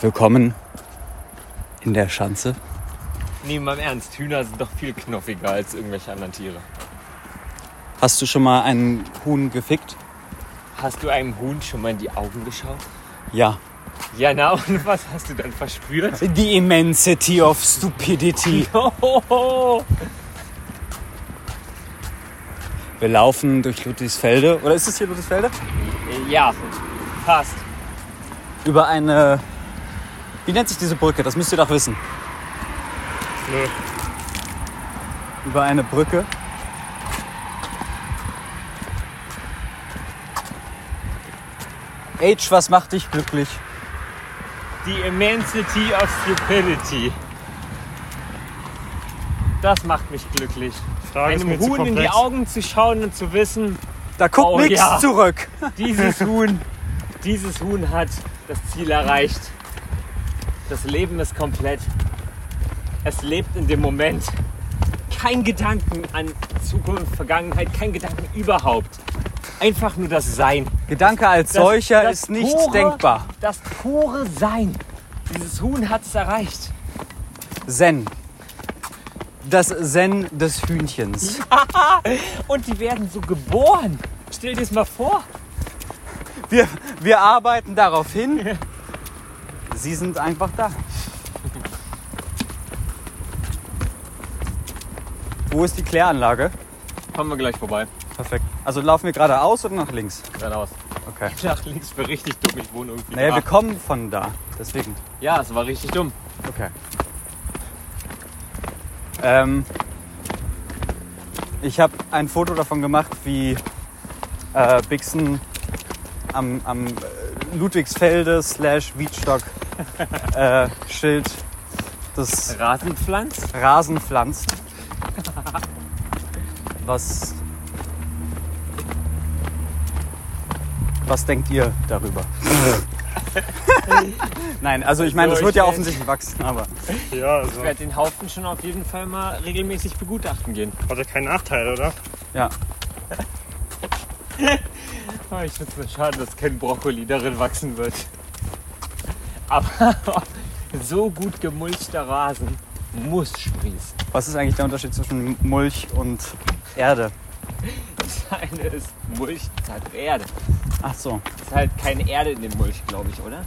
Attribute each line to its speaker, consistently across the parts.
Speaker 1: Willkommen in der Schanze.
Speaker 2: Nee, mal im Ernst, Hühner sind doch viel knuffiger als irgendwelche anderen Tiere.
Speaker 1: Hast du schon mal einen Huhn gefickt?
Speaker 2: Hast du einem Huhn schon mal in die Augen geschaut?
Speaker 1: Ja.
Speaker 2: Ja, na und was hast du dann verspürt?
Speaker 1: The immensity of stupidity.
Speaker 2: Hohoho.
Speaker 1: Wir laufen durch Ludwigsfelde. Oder ist es hier Ludwigsfelde?
Speaker 2: Ja, fast.
Speaker 1: Über eine. Wie nennt sich diese Brücke? Das müsst ihr doch wissen.
Speaker 2: Nö.
Speaker 1: Über eine Brücke. H, was macht dich glücklich?
Speaker 2: The immensity of stupidity. Das macht mich glücklich.
Speaker 3: Frage ist
Speaker 2: Einem
Speaker 3: mir zu
Speaker 2: Huhn in die
Speaker 3: komplex.
Speaker 2: Augen zu schauen und zu wissen,
Speaker 1: Da guckt
Speaker 2: Oh,
Speaker 1: nichts
Speaker 2: ja.
Speaker 1: zurück.
Speaker 2: dieses Huhn, dieses Huhn hat das Ziel erreicht. Das Leben ist komplett. Es lebt in dem Moment. Kein Gedanken an Zukunft, Vergangenheit, kein Gedanken überhaupt. Einfach nur das Sein.
Speaker 1: Gedanke als
Speaker 2: Das-
Speaker 1: solcher
Speaker 2: das
Speaker 1: ist nicht
Speaker 2: pure-
Speaker 1: denkbar.
Speaker 2: Das pure Sein. Dieses Huhn hat es erreicht.
Speaker 1: Zen. Das Zen des Hühnchens.
Speaker 2: Und die werden so geboren. Stell dir das mal vor.
Speaker 1: Wir, wir arbeiten darauf hin. Sie sind einfach da. Wo ist die Kläranlage?
Speaker 2: Kommen wir gleich vorbei.
Speaker 1: Perfekt. Also laufen wir geradeaus oder nach links?
Speaker 2: Geradeaus.
Speaker 1: Okay.
Speaker 2: Nach links war richtig dumm. Ich wohne irgendwie.
Speaker 1: Naja,
Speaker 2: im
Speaker 1: wir
Speaker 2: Ach-
Speaker 1: kommen von da. Deswegen.
Speaker 2: ja, es war richtig dumm.
Speaker 1: Okay. Ähm, ich habe ein Foto davon gemacht, wie äh, Bixen am, am äh, Ludwigsfelde slash Wiedstock äh, Schild des
Speaker 2: Rasenpflanz?
Speaker 1: Rasen pflanzt. Was, was denkt ihr darüber? Nein, also ich meine, das
Speaker 2: Also,
Speaker 1: wird
Speaker 2: ich
Speaker 1: ja
Speaker 2: werd-
Speaker 1: offensichtlich wachsen, aber
Speaker 3: Ja, also
Speaker 2: Ich werde den Haufen schon auf jeden Fall mal regelmäßig begutachten gehen.
Speaker 3: hat er keinen Nachteil, oder?
Speaker 1: ja.
Speaker 2: Oh, ich finde es schade, dass kein Brokkoli darin wachsen wird. Aber so gut gemulchter Rasen muss sprießen.
Speaker 1: Was ist eigentlich der Unterschied zwischen Mulch und Erde?
Speaker 2: Das eine ist Mulch, das hat Erde.
Speaker 1: Ach so.
Speaker 2: Das ist halt keine Erde in dem Mulch, glaube ich, oder?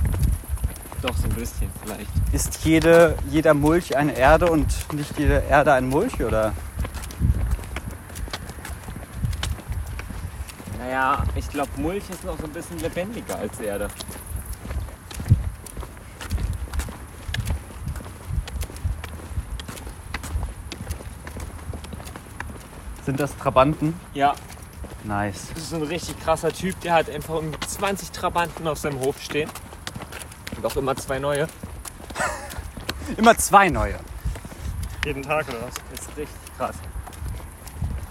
Speaker 2: Doch, so ein bisschen vielleicht.
Speaker 1: Ist jede, jeder Mulch eine Erde und nicht jede Erde ein Mulch, oder?
Speaker 2: Naja, ich glaube, Mulch ist noch so ein bisschen lebendiger als Erde.
Speaker 1: Sind das Trabanten?
Speaker 2: Ja,
Speaker 1: Nice.
Speaker 2: Das ist ein richtig krasser Typ, der hat einfach um 20 Trabanten auf seinem Hof stehen. Und auch immer zwei neue.
Speaker 1: Immer zwei neue.
Speaker 3: Jeden Tag, oder was?
Speaker 2: Das ist richtig krass.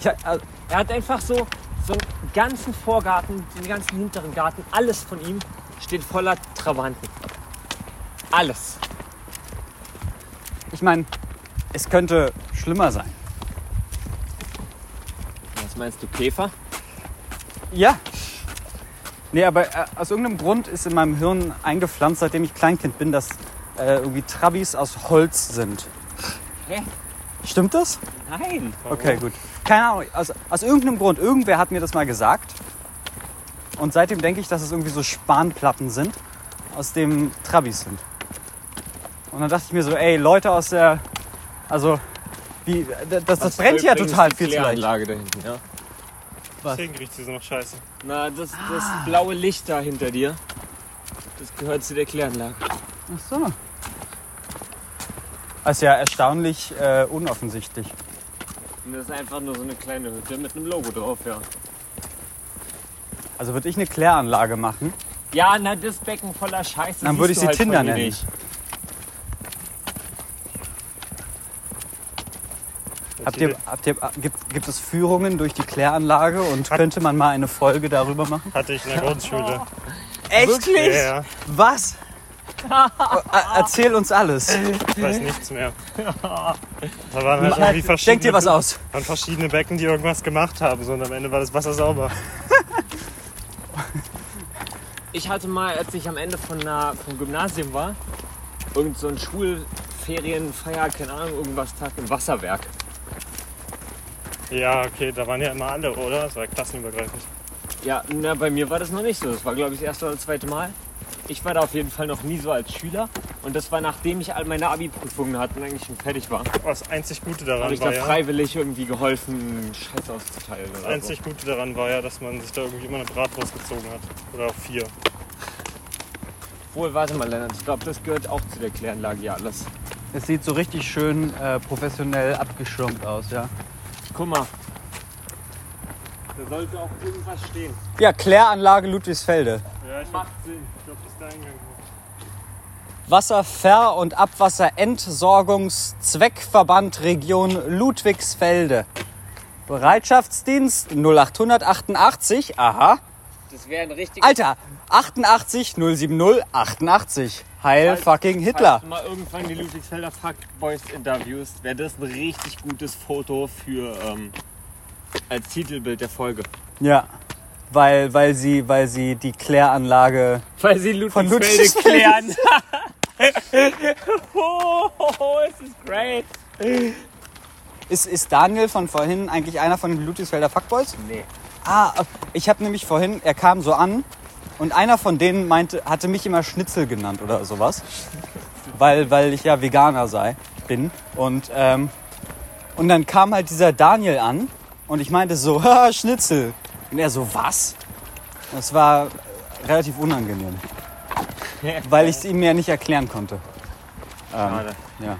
Speaker 1: Ja, also,
Speaker 2: Er hat einfach so, so einen ganzen Vorgarten, den ganzen hinteren Garten, alles von ihm steht voller Trabanten. Alles.
Speaker 1: ich meine, es könnte schlimmer sein.
Speaker 2: Was meinst du, Käfer?
Speaker 1: Ja. Nee, aber äh, aus irgendeinem Grund ist in meinem Hirn eingepflanzt, seitdem ich Kleinkind bin, dass äh, irgendwie Trabis aus Holz sind.
Speaker 2: Hä?
Speaker 1: Stimmt das?
Speaker 2: Nein.
Speaker 1: Okay, gut. Keine Ahnung, aus, aus irgendeinem Grund, irgendwer hat mir das mal gesagt. Und seitdem denke ich, dass es irgendwie so Spanplatten sind, aus dem Trabis sind. Und dann dachte ich mir so, ey, Leute aus der. Also, wie, das, das
Speaker 2: Was
Speaker 1: brennt ja
Speaker 2: übrigens
Speaker 1: total
Speaker 2: die
Speaker 1: viel zu leicht.
Speaker 2: Kläranlage da hinten, ja.
Speaker 1: Was?
Speaker 3: Deswegen riecht sie so noch scheiße.
Speaker 2: Na, das, das blaue Licht da hinter dir, das gehört zu der Kläranlage.
Speaker 1: Ach so. Das ist ja erstaunlich äh, unoffensichtlich.
Speaker 2: Und das ist einfach nur so eine kleine Hütte mit einem Logo drauf, ja.
Speaker 1: Also würde ich eine Kläranlage machen.
Speaker 2: Ja, na, das Becken voller Scheiße.
Speaker 1: Dann
Speaker 2: siehst
Speaker 1: würde ich
Speaker 2: du
Speaker 1: sie
Speaker 2: halt
Speaker 1: Tinder
Speaker 2: von hier
Speaker 1: nennen.
Speaker 2: nicht.
Speaker 1: Habt ihr, habt ihr, gibt, gibt es Führungen durch die Kläranlage und könnte man mal eine Folge darüber machen?
Speaker 3: Hatte ich in der Grundschule.
Speaker 1: Echt?
Speaker 3: Ja, ja,
Speaker 1: Was? Ä- Erzähl uns alles.
Speaker 3: ich weiß nichts mehr. Da waren halt irgendwie verschiedene,
Speaker 1: Denk dir was aus.
Speaker 3: Waren verschiedene Becken, die irgendwas gemacht haben. So, und am Ende war das Wasser sauber.
Speaker 2: Ich hatte mal, als ich am Ende von einer, vom Gymnasium war, irgend so ein Schulferienfeier, keine Ahnung, irgendwas Tag im Wasserwerk.
Speaker 3: Ja, okay, da waren ja immer alle, oder? Das war klassenübergreifend.
Speaker 2: Ja, na, bei mir war das noch nicht so. Das war, glaube ich, das erste oder zweite Mal. Ich war da auf jeden Fall noch nie so als Schüler. Und das war, nachdem ich all meine Abi-Prüfungen hatte und eigentlich schon fertig war.
Speaker 3: Aber das einzig Gute daran
Speaker 2: Habe ich da
Speaker 3: war ja,
Speaker 2: freiwillig irgendwie geholfen, Scheiß auszuteilen
Speaker 3: das
Speaker 2: oder so.
Speaker 3: einzig Gute daran war ja, dass man sich da irgendwie immer eine Bratwurst gezogen hat. Oder auch vier.
Speaker 2: Obwohl, warte mal, Lennart, ich glaube, das gehört auch zu der Kläranlage ja alles.
Speaker 1: Es sieht so richtig schön äh, professionell abgeschirmt aus, ja.
Speaker 2: Guck mal. Da sollte auch irgendwas stehen.
Speaker 1: Ja, Kläranlage Ludwigsfelde.
Speaker 3: Ja, ich glaube,
Speaker 2: Macht Sinn.
Speaker 3: das ist der Eingang.
Speaker 1: Wasserver- und Abwasserentsorgungszweckverband Region Ludwigsfelde. Bereitschaftsdienst 0888, aha.
Speaker 2: Das wäre ein richtiges.
Speaker 1: Alter, 88 070 88. Heil
Speaker 2: Falls-
Speaker 1: fucking Hitler.
Speaker 2: Falls du mal irgendwann die Ludwigsfelder Fuckboys interviewst, wäre das ein richtig gutes Foto für ähm, als Titelbild der Folge.
Speaker 1: Ja, weil, weil, sie, weil sie die Kläranlage...
Speaker 2: Weil sie Ludwigsfelde
Speaker 1: Ludwigsfelde
Speaker 2: klären. oh, es ist great.
Speaker 1: Ist, ist Daniel von vorhin eigentlich einer von den Ludwigsfelder Fuckboys?
Speaker 2: Nee.
Speaker 1: Ah, ich habe nämlich vorhin, er kam so an und einer von denen meinte, hatte mich immer Schnitzel genannt oder sowas, weil, weil ich ja Veganer sei, bin. Und, ähm, und dann kam halt dieser Daniel an und ich meinte so, ha, Schnitzel. Und er so, was? Das war äh, relativ unangenehm, weil ich es ihm ja nicht erklären konnte. Ähm,
Speaker 2: Schade,
Speaker 1: ja.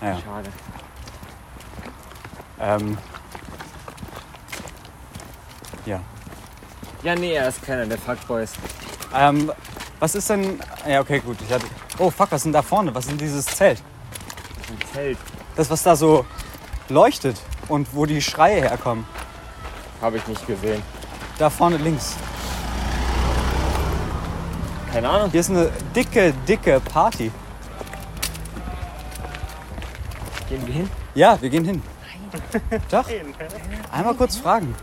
Speaker 1: Naja,
Speaker 2: schade.
Speaker 1: ähm, ja.
Speaker 2: Ja, nee, er ist keiner der Fuckboys.
Speaker 1: Ähm, was ist denn. Ja, okay, gut. Ich hatte, oh, fuck, was ist denn da vorne? Was ist denn dieses Zelt?
Speaker 2: Ein Zelt.
Speaker 1: Das, was da so leuchtet und wo die Schreie herkommen.
Speaker 2: Habe ich nicht gesehen.
Speaker 1: Da vorne links.
Speaker 2: Keine Ahnung.
Speaker 1: Hier ist eine dicke, dicke Party.
Speaker 2: Gehen wir hin?
Speaker 1: Ja, wir gehen hin. Doch, einmal kurz fragen.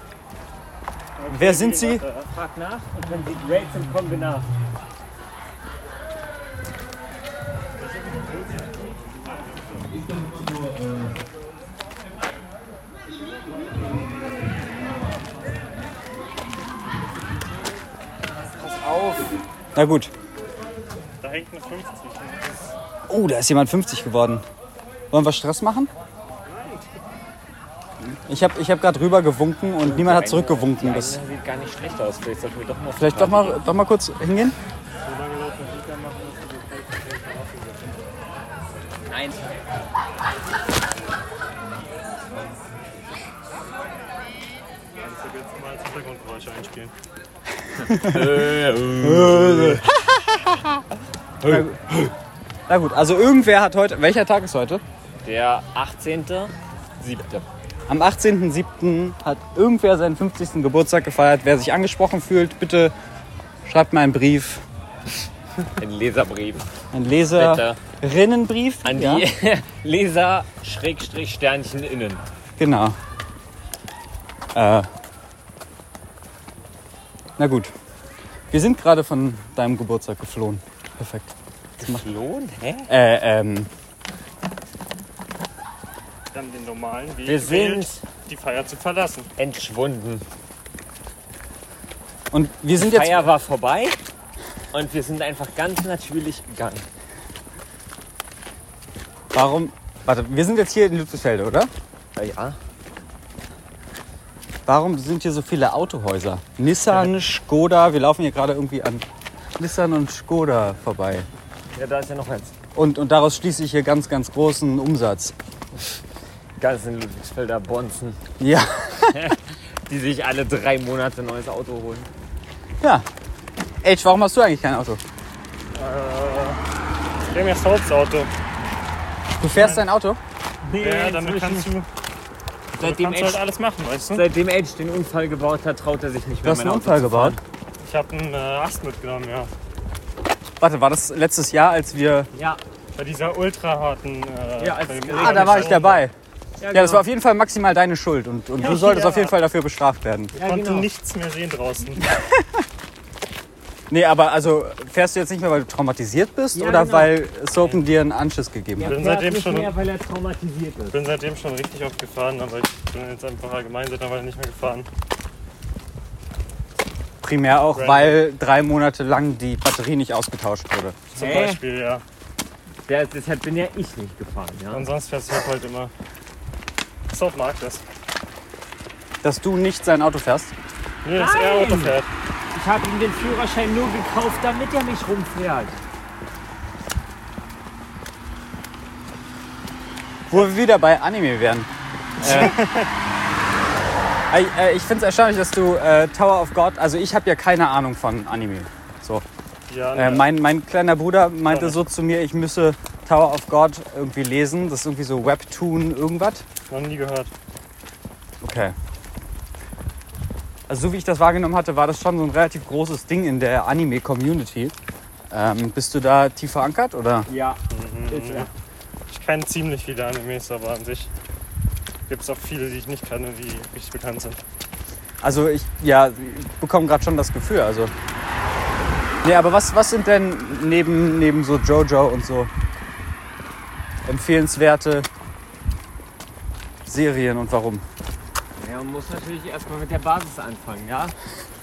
Speaker 1: Wer sind Sie?
Speaker 2: Äh, Frag nach und wenn sie great sind, kommen wir nach.
Speaker 1: Na gut.
Speaker 3: Da hängt eine 50.
Speaker 1: Oh, da ist jemand 50 geworden. Wollen wir Stress machen? Ich habe ich hab gerade rüber gewunken und niemand hat zurückgewunken. Das,
Speaker 2: Das sieht gar nicht schlecht aus. Vielleicht sollten wir doch mal.
Speaker 1: vielleicht doch mal, doch mal kurz hingehen?
Speaker 2: Nein.
Speaker 3: Kannst du jetzt mal als Hintergrundgeräusche einspielen?
Speaker 1: Na gut, also irgendwer hat heute. Welcher Tag ist heute?
Speaker 2: Der 18. Siebte.
Speaker 1: Am 18.07. hat irgendwer seinen 50. Geburtstag gefeiert. Wer sich angesprochen fühlt, bitte schreibt mir einen Brief.
Speaker 2: Ein Leserbrief.
Speaker 1: Einen
Speaker 2: Bitte.
Speaker 1: Leserinnenbrief.
Speaker 2: An die
Speaker 1: Ja,
Speaker 2: Leser Schrägstrich Sternchen innen.
Speaker 1: genau. Äh. Na gut. Wir sind gerade von deinem Geburtstag geflohen. Perfekt.
Speaker 2: Geflohen? Hä?
Speaker 1: Äh, ähm,
Speaker 3: Dann den normalen Weg
Speaker 2: Wir
Speaker 3: gewählt,
Speaker 2: sind
Speaker 3: die Feier zu verlassen.
Speaker 2: entschwunden.
Speaker 1: und wir sind
Speaker 2: Die
Speaker 1: jetzt.
Speaker 2: Feier war vorbei und wir sind einfach ganz natürlich gegangen.
Speaker 1: Warum? Warte, wir sind jetzt hier in Ludwigsfelde, oder? Ah,
Speaker 2: Ja.
Speaker 1: Warum sind hier so viele Autohäuser? Nissan, Skoda, wir laufen hier gerade irgendwie an Nissan und Skoda vorbei.
Speaker 2: Ja, da ist ja noch eins.
Speaker 1: Und, und daraus schließe ich hier ganz, ganz großen Umsatz.
Speaker 2: Ganz in Ludwigsfelder Bonzen,
Speaker 1: Ja,
Speaker 2: die sich alle drei Monate ein neues Auto holen.
Speaker 1: ja. Age, warum hast du eigentlich kein Auto?
Speaker 3: Wir haben ja Souls Auto.
Speaker 1: Du fährst dein Auto?
Speaker 2: Nee,
Speaker 3: Ja, damit kannst du, damit
Speaker 2: seitdem,
Speaker 3: kannst du halt
Speaker 2: Edge,
Speaker 3: alles machen, weißt du?
Speaker 2: seitdem Edge den Unfall gebaut hat, traut er sich nicht mehr.
Speaker 1: Du hast
Speaker 2: mein
Speaker 1: einen
Speaker 2: Auto
Speaker 1: Unfall
Speaker 2: zu
Speaker 1: gebaut.
Speaker 2: fahren.
Speaker 3: Ich habe einen äh, Ast mitgenommen, ja.
Speaker 1: Warte, war das letztes Jahr, als wir.
Speaker 2: Ja,
Speaker 3: Bei dieser ultra harten. Äh,
Speaker 2: Ja, als
Speaker 3: bei dem
Speaker 2: Skelett.
Speaker 1: Ah, da war ich dabei.
Speaker 2: ja,
Speaker 1: Ja, das
Speaker 2: genau.
Speaker 1: war auf jeden Fall maximal deine Schuld. Und, und genau. du solltest auf jeden Fall dafür bestraft werden.
Speaker 3: Ich konnte
Speaker 2: genau.
Speaker 3: nichts mehr sehen draußen.
Speaker 1: Nee, aber also fährst du jetzt nicht mehr, weil du traumatisiert bist
Speaker 2: Ja,
Speaker 1: oder
Speaker 2: genau.
Speaker 1: weil Soapen dir einen Anschiss gegeben
Speaker 2: Er
Speaker 1: hat?
Speaker 2: fährt
Speaker 3: bin seitdem
Speaker 2: nicht
Speaker 3: schon-
Speaker 2: mehr, weil er traumatisiert ist.
Speaker 3: bin seitdem schon richtig oft gefahren, aber ich bin jetzt einfach allgemein seit einer Weile nicht mehr gefahren.
Speaker 1: Primär auch,
Speaker 3: Random.
Speaker 1: weil drei Monate lang die Batterie nicht ausgetauscht wurde.
Speaker 3: Zum
Speaker 2: Hä?
Speaker 3: Beispiel, ja.
Speaker 2: Der, deshalb bin ja ich nicht gefahren. Ja?
Speaker 3: Und sonst fährst du halt immer. Soap mag das.
Speaker 1: Dass du nicht sein Auto fährst?
Speaker 3: Nee, das er
Speaker 2: Nein!
Speaker 3: Auto fährt.
Speaker 2: Ich habe ihm den Führerschein nur gekauft, damit er mich rumfährt.
Speaker 1: Wo wir wieder bei Anime wären. äh, äh, äh, ich finde es erstaunlich, dass du äh, Tower of God, also ich habe ja keine Ahnung von Anime. So,
Speaker 3: Ja,
Speaker 1: äh,
Speaker 3: ne.
Speaker 1: mein, mein kleiner Bruder meinte
Speaker 3: Ja.
Speaker 1: so zu mir, ich müsse Tower of God irgendwie lesen. Das ist irgendwie so Webtoon irgendwas.
Speaker 3: noch nie gehört.
Speaker 1: Okay. Also so wie ich das wahrgenommen hatte, war das schon so ein relativ großes Ding in der Anime-Community. Ähm, bist du da tief verankert oder?
Speaker 2: Ja. Ist
Speaker 3: Mhm.
Speaker 2: er.
Speaker 3: Ich kenne ziemlich viele Animes, aber an sich gibt es auch viele, die ich nicht kannte, die richtig bekannt sind.
Speaker 1: Also ich, ja, bekomme gerade schon das Gefühl. Also. Nee, aber was, was sind denn neben, neben so Jojo und so empfehlenswerte Serien und warum?
Speaker 2: Ja, man muss natürlich erstmal mit der Basis anfangen, ja?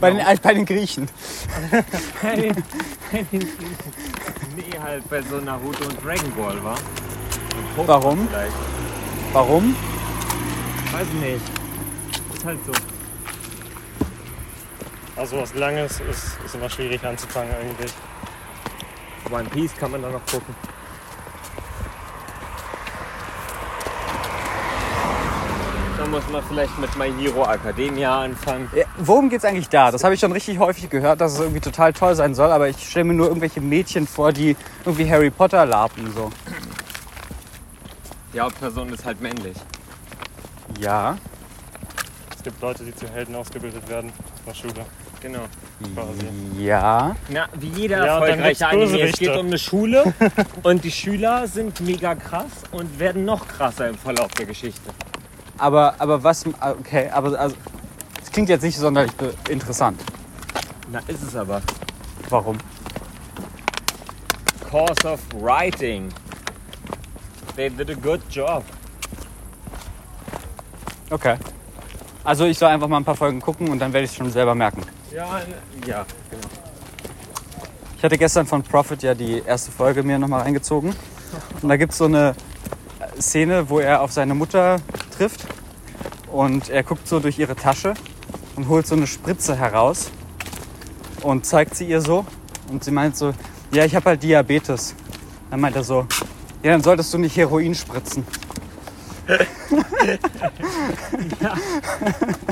Speaker 1: Bei den, äh, bei den Griechen.
Speaker 2: Bei den- bei den Griechen. nee, halt bei so Naruto und Dragon Ball, wa? Und Pokémon
Speaker 1: Warum?
Speaker 2: Vielleicht.
Speaker 1: Warum?
Speaker 2: Weiß nicht. Ist halt so.
Speaker 3: Also was Langes ist, ist immer schwierig anzufangen eigentlich.
Speaker 2: One Piece kann man da noch gucken. Da muss man vielleicht mit My Hero Academia anfangen.
Speaker 1: Ja, Äh, worum geht's eigentlich da? Das habe ich schon richtig häufig gehört, dass es irgendwie total toll sein soll, aber ich stelle mir nur irgendwelche Mädchen vor, die irgendwie Harry Potter lapen so.
Speaker 2: Die Hauptperson ist halt männlich.
Speaker 1: Ja.
Speaker 3: Es gibt Leute, die zu Helden ausgebildet werden nach Schule
Speaker 2: Genau.
Speaker 3: quasi.
Speaker 1: Mhm. Ja.
Speaker 2: Na, wie jeder
Speaker 3: Ja, und dann gibt's
Speaker 2: erfolgreiche Anime. Es
Speaker 3: Bösewichte.
Speaker 2: geht um eine Schule und die Schüler sind mega krass und werden noch krasser im Verlauf der Geschichte.
Speaker 1: Aber, aber was. Okay, aber also, das klingt jetzt nicht sonderlich be- interessant.
Speaker 2: Na, ist es aber.
Speaker 1: Warum?
Speaker 2: Course of Writing. They did a good job.
Speaker 1: Okay. Also ich soll einfach mal ein paar Folgen gucken und dann werde ich es schon selber merken.
Speaker 2: Ja, ja, genau.
Speaker 1: Ich hatte gestern von Profit ja die erste Folge mir nochmal reingezogen. Und da gibt es so eine äh, Szene, wo er auf seine Mutter trifft und er guckt so durch ihre Tasche und holt so eine Spritze heraus und zeigt sie ihr so. Und sie meint so, ja, ich habe halt Diabetes. Dann meint er so, ja, dann solltest du nicht Heroin spritzen.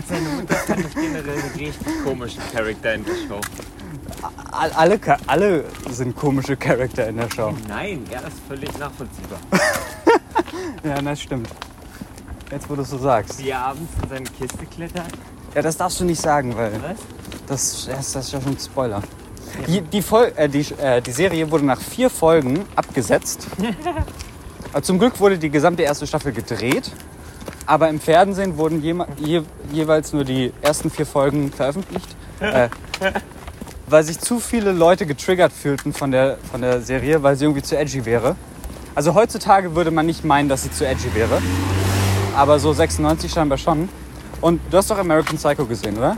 Speaker 2: Seine Mutter fand ich generell einen richtig komischen Charakter in der Show.
Speaker 1: All- Alle, Ka- alle sind komische Charakter in der Show.
Speaker 2: Nein, er ist völlig nachvollziehbar.
Speaker 1: Ja, das stimmt. Jetzt, wo du es so sagst.
Speaker 2: Wie er abends in seine Kiste klettert.
Speaker 1: Ja, das darfst du nicht sagen, weil
Speaker 2: Was?
Speaker 1: das, das, das ist ja schon ein Spoiler. Die, die, Fol äh, die, äh, die Serie wurde nach vier Folgen abgesetzt. Aber Zum Glück wurde die gesamte erste Staffel gedreht. Aber im Fernsehen wurden jema- je jeweils nur die ersten vier Folgen veröffentlicht. Äh, weil sich zu viele Leute getriggert fühlten von der, von der Serie, weil sie irgendwie zu edgy wäre. Also heutzutage würde man nicht meinen, dass sie zu edgy wäre. Aber so 96 scheinbar schon. Und du hast doch American Psycho gesehen, oder?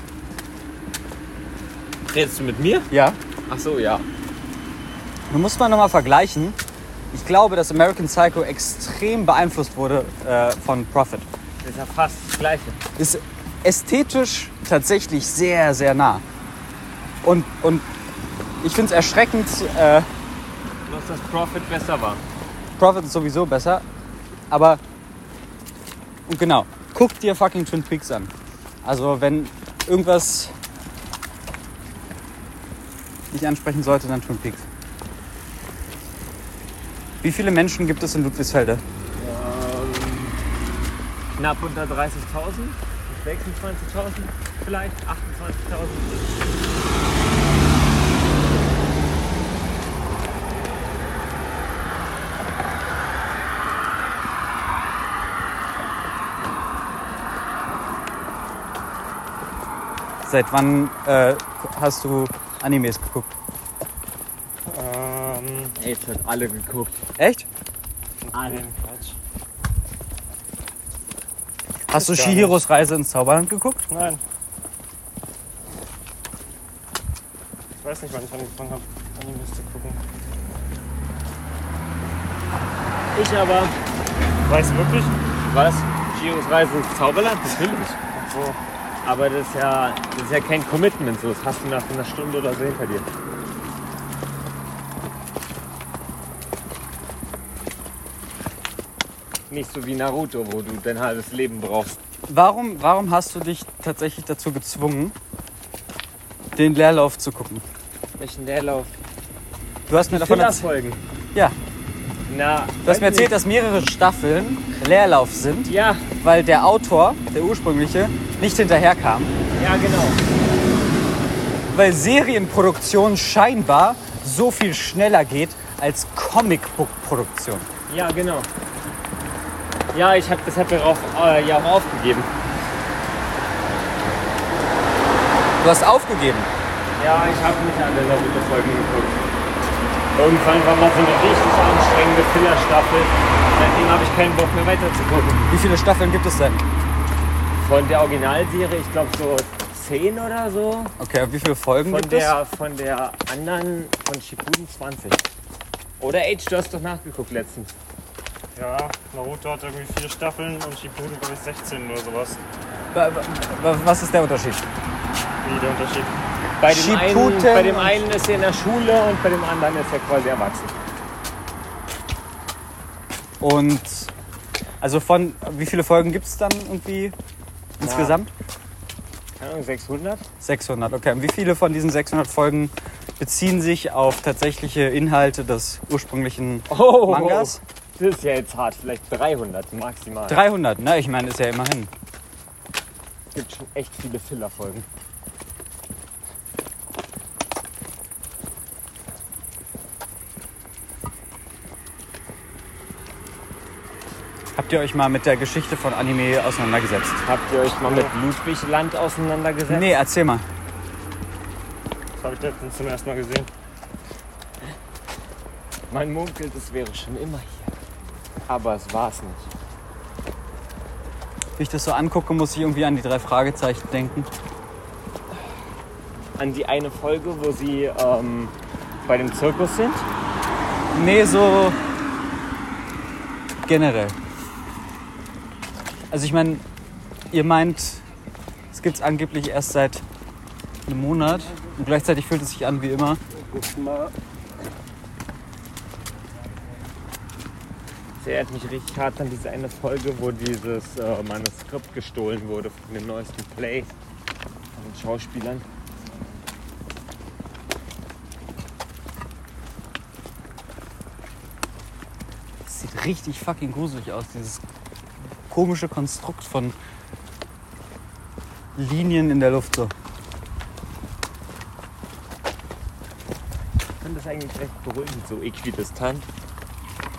Speaker 2: Redest du mit mir?
Speaker 1: Ja.
Speaker 2: Ach so, ja.
Speaker 1: Nun muss man nochmal vergleichen. Ich glaube, dass American Psycho extrem beeinflusst wurde äh, von Prophet.
Speaker 2: Das ist ja fast das Gleiche.
Speaker 1: Ist ästhetisch tatsächlich sehr, sehr nah. Und, und ich finde es erschreckend, äh,
Speaker 2: Bloß, dass Profit besser war.
Speaker 1: Prophet ist sowieso besser, aber und genau, guck dir fucking Twin Peaks an. Also wenn irgendwas nicht ansprechen sollte, dann Twin Peaks. Wie viele Menschen gibt es in Ludwigsfelde?
Speaker 2: Knapp unter 30.000, 26.000 vielleicht, 28.000.
Speaker 1: Seit wann äh, hast du Animes geguckt?
Speaker 3: Ähm,
Speaker 2: Ey, jetzt hat alle geguckt.
Speaker 1: Echt?
Speaker 2: Alle.
Speaker 3: den Quatsch.
Speaker 1: Hast du
Speaker 3: Gar nicht.
Speaker 1: Shihiros Reise ins Zauberland geguckt?
Speaker 3: Nein. Ich weiß nicht, wann ich angefangen habe, Animes zu gucken.
Speaker 2: Ich aber.
Speaker 3: Weiß wirklich?
Speaker 2: Was? Giros Reise ins Zauberland? Natürlich.
Speaker 3: Ach so.
Speaker 2: Aber das ist ja, das ist ja kein Commitment so. Das hast du nach einer Stunde oder so hinter dir. Nicht so wie Naruto, wo du dein halbes Leben brauchst.
Speaker 1: Warum, warum hast du dich tatsächlich dazu gezwungen, den Leerlauf zu gucken?
Speaker 2: Welchen Leerlauf?
Speaker 1: Du hast mir davon erzählt.
Speaker 2: Folgen.
Speaker 1: Ja.
Speaker 2: Na.
Speaker 1: Du hast mir erzählt, dass mehrere Staffeln Leerlauf sind,
Speaker 2: Ja,
Speaker 1: weil der Autor, der ursprüngliche, nicht hinterherkam.
Speaker 2: ja genau.
Speaker 1: Weil Serienproduktion scheinbar so viel schneller geht als Comicbook-Produktion.
Speaker 2: Ja, genau. Ja, ich habe deshalb darauf äh, ja auch aufgegeben.
Speaker 1: Du hast aufgegeben.
Speaker 2: Ja, ich habe nicht alle Naruto-Folgen geguckt. Irgendwann war mal so eine richtig anstrengende Filler-Staffel. Seitdem habe ich keinen Bock mehr weiterzugucken.
Speaker 1: Wie viele Staffeln gibt es denn?
Speaker 2: Von der Originalserie, ich glaube so 10 oder so.
Speaker 1: Okay, wie viele Folgen
Speaker 2: Von
Speaker 1: gibt
Speaker 2: der, von der anderen, von Shippuden 20. Oder Age, du hast doch nachgeguckt letztens.
Speaker 3: Ja, Naruto hat irgendwie vier Staffeln und Shippuden, glaube ich, 16 oder sowas.
Speaker 1: es? Wa- wa- wa- Was ist der Unterschied?
Speaker 3: Wie der Unterschied?
Speaker 2: Bei dem, einen,
Speaker 1: Shippuden
Speaker 2: bei dem
Speaker 1: und-
Speaker 2: einen ist er in der Schule und bei dem anderen ist er quasi erwachsen.
Speaker 1: Und also von wie viele Folgen gibt es dann irgendwie insgesamt?
Speaker 2: Keine Ahnung, 600?
Speaker 1: 600, okay. Und wie viele von diesen 600 Folgen beziehen sich auf tatsächliche Inhalte des ursprünglichen
Speaker 2: Oh,
Speaker 1: Mangas?
Speaker 2: Das ist ja jetzt hart, vielleicht 300 maximal.
Speaker 1: 300, ne? Ich meine, ist ja immerhin.
Speaker 2: Es gibt schon echt viele Filler-Folgen.
Speaker 1: Habt ihr euch mal mit der Geschichte von Anime auseinandergesetzt?
Speaker 2: Habt ihr euch mal mit Ludwig Land auseinandergesetzt?
Speaker 1: Nee, erzähl mal.
Speaker 3: Das habe ich letztens zum ersten Mal gesehen.
Speaker 2: Man munkelt, es wäre schon immer hier. Aber es war's nicht.
Speaker 1: Wenn ich das so angucke, muss ich irgendwie an die drei Fragezeichen denken.
Speaker 2: An die eine Folge, wo sie ähm, bei dem Zirkus sind.
Speaker 1: Nee, so generell. Also ich meine, ihr meint, es gibt es angeblich erst seit einem Monat und gleichzeitig fühlt es sich an wie immer.
Speaker 2: Sie erinnert mich richtig hart an diese eine Folge, wo dieses äh, Manuskript gestohlen wurde von dem neuesten Play von den Schauspielern.
Speaker 1: Es sieht richtig fucking gruselig aus, dieses komische Konstrukt von Linien in der Luft so.
Speaker 2: Ich finde das eigentlich recht beruhigend, so äquidistant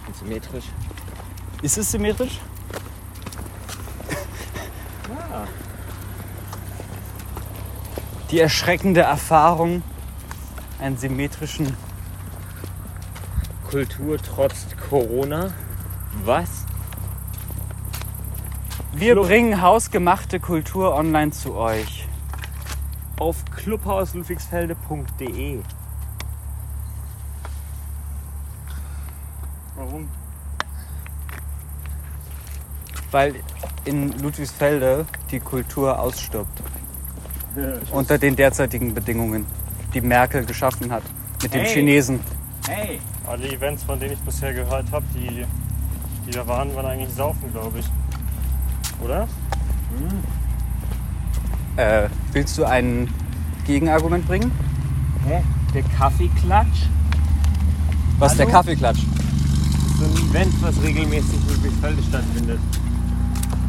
Speaker 2: und symmetrisch.
Speaker 1: Ist es symmetrisch?
Speaker 2: Ja.
Speaker 1: Ah. Die erschreckende Erfahrung, einen symmetrischen
Speaker 2: Kultur trotz Corona. Was?
Speaker 1: Wir
Speaker 2: Club.
Speaker 1: bringen hausgemachte Kultur online zu euch.
Speaker 2: Auf clubhausludwigsfelde.de.
Speaker 3: Warum?
Speaker 1: Weil in Ludwigsfelde die Kultur ausstirbt. Unter den derzeitigen Bedingungen, die Merkel geschaffen hat. Mit dem
Speaker 2: Hey.
Speaker 1: Chinesen.
Speaker 2: Hey!
Speaker 3: Alle Events, von denen ich bisher gehört habe, die, die da waren, waren eigentlich saufen, glaube ich. Oder?
Speaker 1: Äh, willst du ein Gegenargument bringen?
Speaker 2: Hä? Der Kaffeeklatsch?
Speaker 1: Was der
Speaker 2: Hallo?
Speaker 1: Kaffeeklatsch?
Speaker 2: Das ist ein Event, was regelmäßig in Ludwigsfelde stattfindet.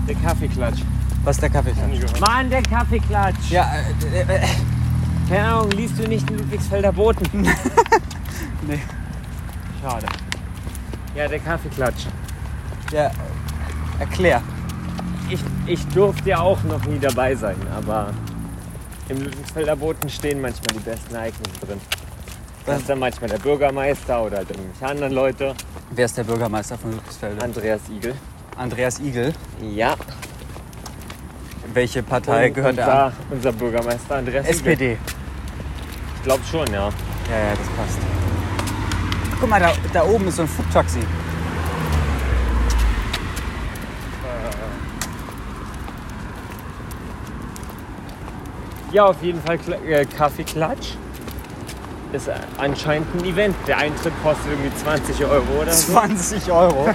Speaker 2: Der Kaffeeklatsch.
Speaker 1: Was der Kaffeeklatsch?
Speaker 3: Nie gehört.
Speaker 2: Mann, der Kaffeeklatsch!
Speaker 1: Ja, äh, äh, äh,
Speaker 2: Keine Ahnung, liest du nicht den Ludwigsfelder Boten?
Speaker 1: Nee.
Speaker 2: Schade. Ja, der Kaffeeklatsch.
Speaker 1: ja, äh, erklär.
Speaker 2: Ich, ich durfte ja auch noch nie dabei sein, aber Im Ludwigsfelder Boten stehen manchmal die besten Ereignisse drin.
Speaker 1: Was?
Speaker 2: Das ist dann manchmal der Bürgermeister oder halt irgendwelche anderen Leute.
Speaker 1: Wer ist der Bürgermeister von Ludwigsfelde?
Speaker 2: Andreas Igel.
Speaker 1: Andreas Igel.
Speaker 2: Ja.
Speaker 1: Welche Partei
Speaker 2: Oh, Und
Speaker 1: gehört er an?
Speaker 2: unser, unser Bürgermeister Andreas Igel.
Speaker 1: SPD.
Speaker 2: Ich glaube schon, ja.
Speaker 1: Ja, ja, das passt. Guck mal, da, da oben ist so ein Flugtaxi.
Speaker 2: Ja, auf jeden Fall Kla- äh, Kaffeeklatsch. Ist äh, anscheinend ein Event. Der Eintritt kostet irgendwie 20 Euro oder so.
Speaker 1: 20 Euro.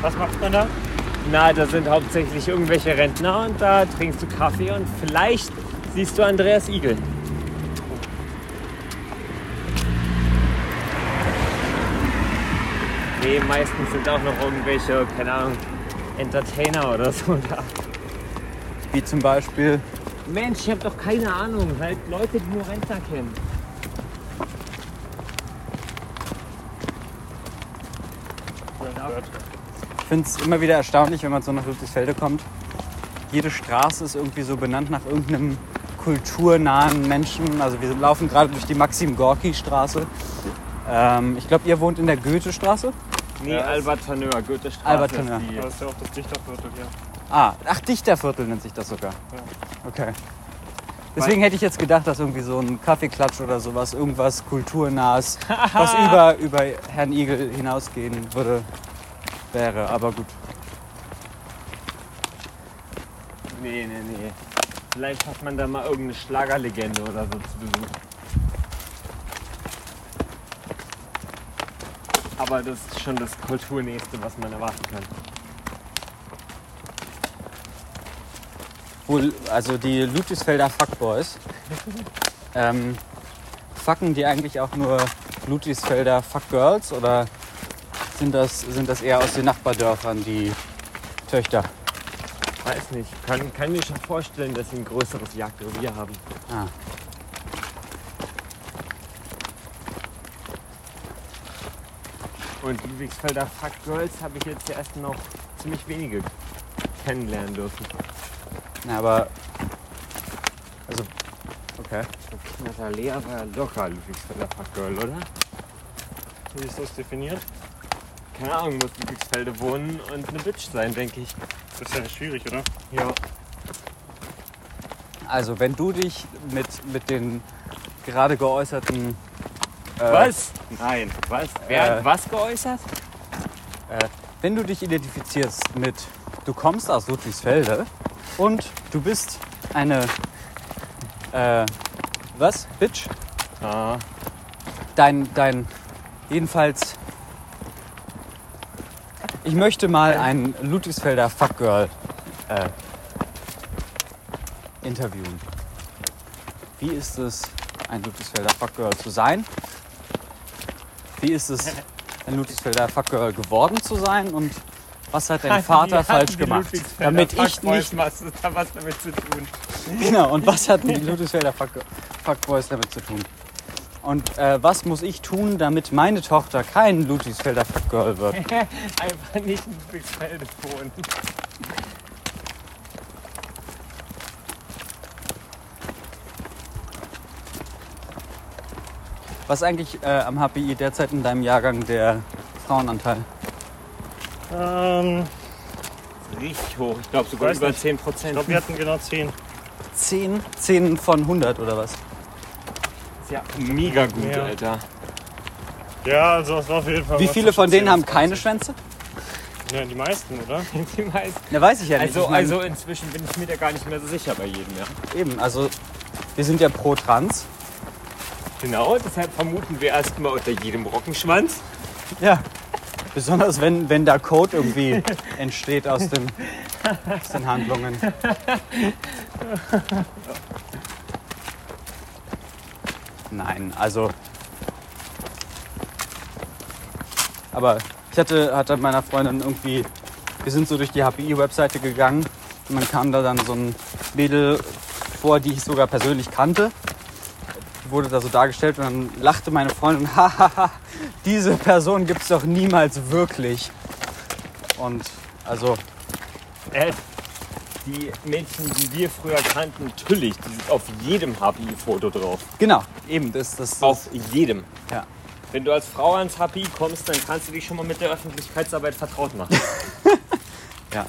Speaker 3: Was macht man da?
Speaker 2: Na, da sind hauptsächlich irgendwelche Rentner und da trinkst du Kaffee und vielleicht siehst du Andreas Igel. Nee, meistens sind auch noch irgendwelche, keine Ahnung, Entertainer oder so da.
Speaker 1: Wie zum Beispiel.
Speaker 2: Mensch, ich hab doch keine Ahnung. Halt Leute, die nur Rentner kennen.
Speaker 1: Ich finde es immer wieder erstaunlich, wenn man so nach Ludwigsfelde kommt. Jede Straße ist irgendwie so benannt nach irgendeinem kulturnahen Menschen. Also wir laufen gerade durch die Maxim-Gorki-Straße. Ähm, ich glaube, ihr wohnt in der Goethe-Straße.
Speaker 2: Nee,
Speaker 3: Ja,
Speaker 2: Albert Tanneur, Goethestraße.
Speaker 1: Albert
Speaker 2: ist
Speaker 1: Tanneur.
Speaker 2: die-
Speaker 3: Das ist ja auch das Dichterviertel hier.
Speaker 1: Ah, ach, Dichterviertel nennt sich das sogar. Okay. Deswegen hätte ich jetzt gedacht, dass irgendwie so ein Kaffeeklatsch oder sowas, irgendwas kulturnahes, was über, über Herrn Igel hinausgehen würde, wäre. Aber gut.
Speaker 2: Nee, nee, nee. Vielleicht hat man da mal irgendeine Schlagerlegende oder so zu Besuch. Aber das ist schon das Kulturnächste, was man erwarten kann.
Speaker 1: Wo, also die Ludwigsfelder Fuckboys ähm, fucken die eigentlich auch nur Ludwigsfelder Fuckgirls oder sind das, sind das eher aus den Nachbardörfern die Töchter?
Speaker 2: Weiß nicht, kann, kann mir schon vorstellen, dass sie ein größeres Jagdrevier haben.
Speaker 1: Ah.
Speaker 2: Und Ludwigsfelder Fuck Girls habe ich jetzt erst noch ziemlich wenige kennenlernen dürfen.
Speaker 1: Na, aber also okay.
Speaker 2: Natalia war ja locker Ludwigsfelder Fuck Girl, oder?
Speaker 3: Wie ist das definiert?
Speaker 2: Keine Ahnung, muss Ludwigsfelde wohnen und eine Bitch sein, denke ich.
Speaker 3: Das ist ja nicht schwierig, oder?
Speaker 2: Ja.
Speaker 1: Also wenn du dich mit, mit den gerade geäußerten äh,
Speaker 2: Was? Nein. Was? Wer hat
Speaker 1: Äh.
Speaker 2: was geäußert?
Speaker 1: Wenn du dich identifizierst mit, du kommst aus Ludwigsfelde und du bist eine, äh, was, Bitch?
Speaker 2: Ah.
Speaker 1: Dein, dein, jedenfalls, ich möchte mal ein Ludwigsfelder Fuckgirl äh, interviewen. Wie ist es, ein Ludwigsfelder Fuckgirl zu sein? Wie ist es, ein Ludwigsfelder Fuckgirl geworden zu sein? Und was hat dein Vater falsch gemacht? Damit ich nicht
Speaker 2: Was ist da was damit zu tun?
Speaker 1: Genau, und was hatten die Ludwigsfelder Fuck, Fuckboys damit zu tun? Und äh, was muss ich tun, damit meine Tochter kein Ludwigsfelder Fuckgirl wird?
Speaker 2: Einfach nicht ein Ludwigsfelde wohnen.
Speaker 1: Was ist eigentlich äh, am HPI derzeit in deinem Jahrgang der Frauenanteil?
Speaker 3: Ähm,
Speaker 2: Richtig hoch. Ich glaube
Speaker 3: sogar über
Speaker 2: 10
Speaker 3: ich
Speaker 2: Prozent.
Speaker 3: glaube, wir hatten genau 10.
Speaker 1: 10? 10 von 100 oder was?
Speaker 2: Ja, mega gut,
Speaker 3: Ja.
Speaker 2: Alter.
Speaker 3: Ja, also das war auf jeden Fall.
Speaker 1: Wie
Speaker 3: was
Speaker 1: viele von
Speaker 3: zwischen
Speaker 1: denen
Speaker 3: 10
Speaker 1: haben
Speaker 3: und
Speaker 1: keine
Speaker 3: 20.
Speaker 1: Schwänze?
Speaker 3: Ja, die meisten, oder?
Speaker 2: Die meisten.
Speaker 1: Na, weiß ich ja nicht.
Speaker 2: Also,
Speaker 1: ich mein,
Speaker 2: also inzwischen bin ich mir da gar nicht mehr so sicher bei jedem, ja.
Speaker 1: Eben, also wir sind ja pro Trans.
Speaker 2: Genau, deshalb vermuten wir erstmal unter jedem Rockenschwanz.
Speaker 1: Ja. Besonders wenn, wenn da Code irgendwie entsteht aus, dem, aus den Handlungen. Nein, also. Aber ich hatte, hatte meiner Freundin irgendwie. Wir sind so durch die HPI-Webseite gegangen und dann kam da dann so ein Mädel vor, die ich sogar persönlich kannte. Wurde da so dargestellt und dann lachte meine Freundin, hahaha, diese Person gibt's doch niemals wirklich. Und also,
Speaker 2: Äh, die Mädchen, die wir früher kannten, natürlich, die sind auf jedem HPI-Foto drauf.
Speaker 1: Genau, eben, das, das, das
Speaker 2: Auf jedem.
Speaker 1: ja.
Speaker 2: Wenn du als Frau ans HPI kommst, dann kannst du dich schon mal mit der Öffentlichkeitsarbeit vertraut machen.
Speaker 1: Ja.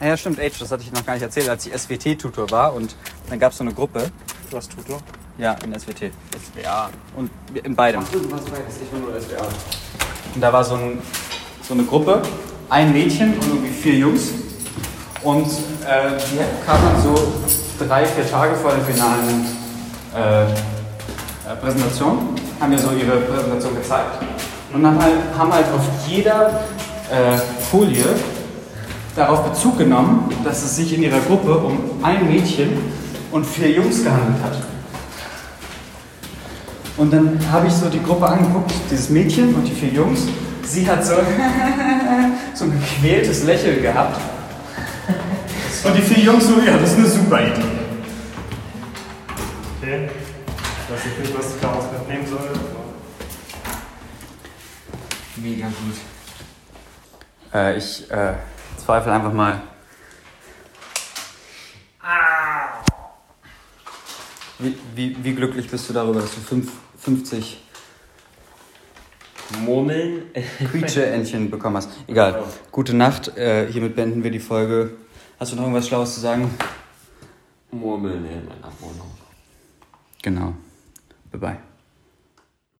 Speaker 1: Ja, ja, stimmt, Age, das hatte ich noch gar nicht erzählt, als ich SWT-Tutor war und dann gab es so eine Gruppe.
Speaker 3: Was tut er?
Speaker 1: Ja, in SWT.
Speaker 2: ja.
Speaker 1: Und in beidem. Irgendwas beides, ich war nur SWA. Und da war so, ein, so eine Gruppe, ein Mädchen und irgendwie vier Jungs. Und äh, die kamen dann so drei, vier Tage vor der finalen äh, äh, Präsentation, haben mir so ihre Präsentation gezeigt. Und dann halt, haben halt auf jeder äh, Folie darauf Bezug genommen, dass es sich in ihrer Gruppe um ein Mädchen und vier Jungs gehandelt hat. Und dann habe ich so die Gruppe angeguckt, dieses Mädchen und die vier Jungs. Sie hat so, so ein gequältes Lächeln gehabt. Und die vier Jungs so, ja, das ist eine super Idee.
Speaker 3: Okay. Ich weiß jetzt nicht, was ich daraus mitnehmen soll.
Speaker 1: Mega gut. Äh, ich äh, zweifle einfach mal. Wie, wie, wie glücklich bist du darüber, dass du fünf, 50
Speaker 2: Murmeln.
Speaker 1: Quietsche-Entchen bekommen hast? Egal. Gute Nacht. Äh, hiermit beenden wir die Folge. Hast du noch irgendwas Schlaues zu sagen?
Speaker 2: Murmeln in meiner Wohnung.
Speaker 1: Genau. Bye-bye.